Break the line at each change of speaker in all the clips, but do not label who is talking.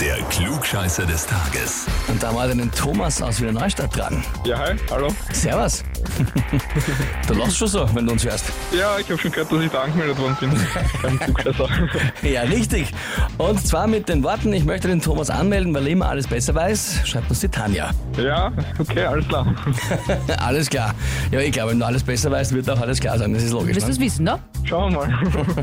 Der Klugscheißer des Tages.
Und da haben wir den Thomas aus Wiener Neustadt dran.
Ja, hi, hallo.
Servus. du lachst schon so, wenn du uns hörst.
Ja, ich habe schon gehört, dass ich da angemeldet worden bin. Beim Zugscheißer.
Ja, richtig. Und zwar mit den Worten, ich möchte den Thomas anmelden, weil er immer alles besser weiß, schreibt uns die Tanja.
Ja, okay, alles klar.
alles klar. Ja, ich glaube, wenn du alles besser weißt, wird auch alles klar sein. Das ist logisch.
Willst du es wissen, ne?
Schauen wir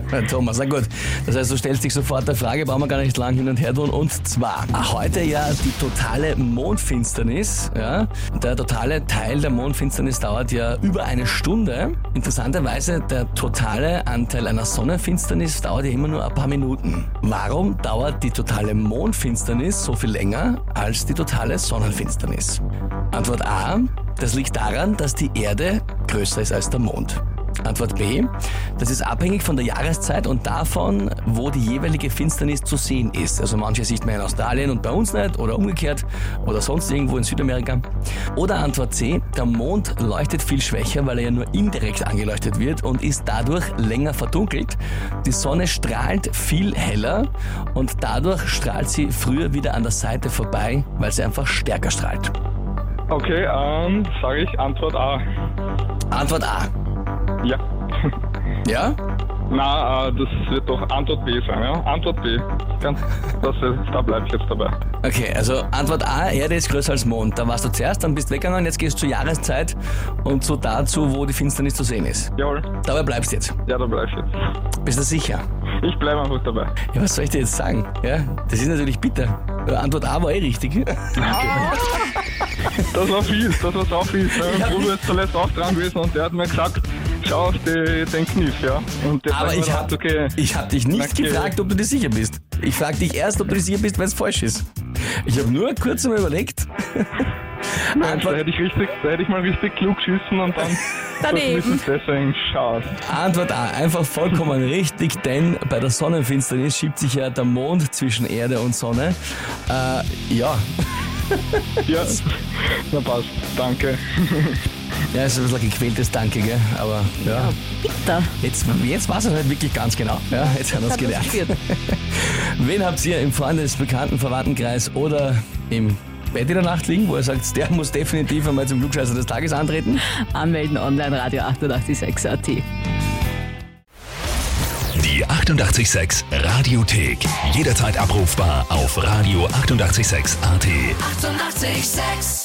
mal.
Thomas, na gut. Das heißt, du stellst dich sofort der Frage, brauchen wir gar nicht lang hin und her tun. Und zwar, heute ja die totale Mondfinsternis. Ja? Der totale Teil der Mondfinsternis dauert ja über eine Stunde. Interessanterweise, der totale Anteil einer Sonnenfinsternis dauert ja immer nur ein paar Minuten. Warum dauert die totale Mondfinsternis so viel länger als die totale Sonnenfinsternis? Antwort A. Das liegt daran, dass die Erde größer ist als der Mond. Antwort B. Das ist abhängig von der Jahreszeit und davon, wo die jeweilige Finsternis zu sehen ist. Also manche sieht man in Australien und bei uns nicht oder umgekehrt oder sonst irgendwo in Südamerika. Oder Antwort C. Der Mond leuchtet viel schwächer, weil er ja nur indirekt angeleuchtet wird und ist dadurch länger verdunkelt. Die Sonne strahlt viel heller und dadurch strahlt sie früher wieder an der Seite vorbei, weil sie einfach stärker strahlt.
Okay, ähm, sage ich Antwort A.
Antwort A.
Ja.
Ja?
Na, äh, das wird doch Antwort B sein, ja? Antwort B. Ganz, das, ist- da bleib ich jetzt dabei.
Okay, also Antwort A, Erde ist größer als Mond. Da warst du zuerst, dann bist weggegangen, jetzt gehst du zur Jahreszeit und so dazu, wo die Finsternis zu sehen ist.
Jawohl.
Dabei bleibst jetzt.
Ja, da bleib ich jetzt.
Bist du sicher?
Ich bleibe einfach dabei.
Ja, was soll ich dir jetzt sagen? Ja, das ist natürlich bitter. Aber Antwort A war eh richtig.
Das war fies, das war sau fies. Mein Bruder ist zuletzt auch dran gewesen und der hat mir gesagt, schau auf die, den Kniff, ja? Und der
Aber
sagt mir
ich
dann,
hab,
okay.
ich hab dich nicht
Okay.
gefragt, ob du dir sicher bist. Ich frag dich erst, ob du dir sicher bist, wenn es falsch ist. Ich habe nur kurz einmal überlegt.
Mensch, da hätte ich richtig, da hätte ich mal richtig klug geschissen und dann
Daneben.
ist deswegen schade.
Antwort A, einfach vollkommen richtig, denn bei der Sonnenfinsternis schiebt sich ja der Mond zwischen Erde und Sonne. Äh, ja,
Ja, na passt, danke.
ja, ist ein bisschen ein gequältes Danke, gell? Aber ja,
Bitter.
jetzt, jetzt weiß es halt wirklich ganz genau. Ja, jetzt haben wir es
Hat das
gelernt.
gespürt.
Wen habt ihr im Freundes-, Bekannten-, Verwandtenkreis oder im Bett in der Nacht liegen, wo ihr sagt, der muss definitiv einmal zum Glückscheißer des Tages antreten?
Anmelden online Radio 886 AT.
Die 88,6 Radiothek. Jederzeit abrufbar auf radio886.at. 88,6.
Eighty-eight, sex.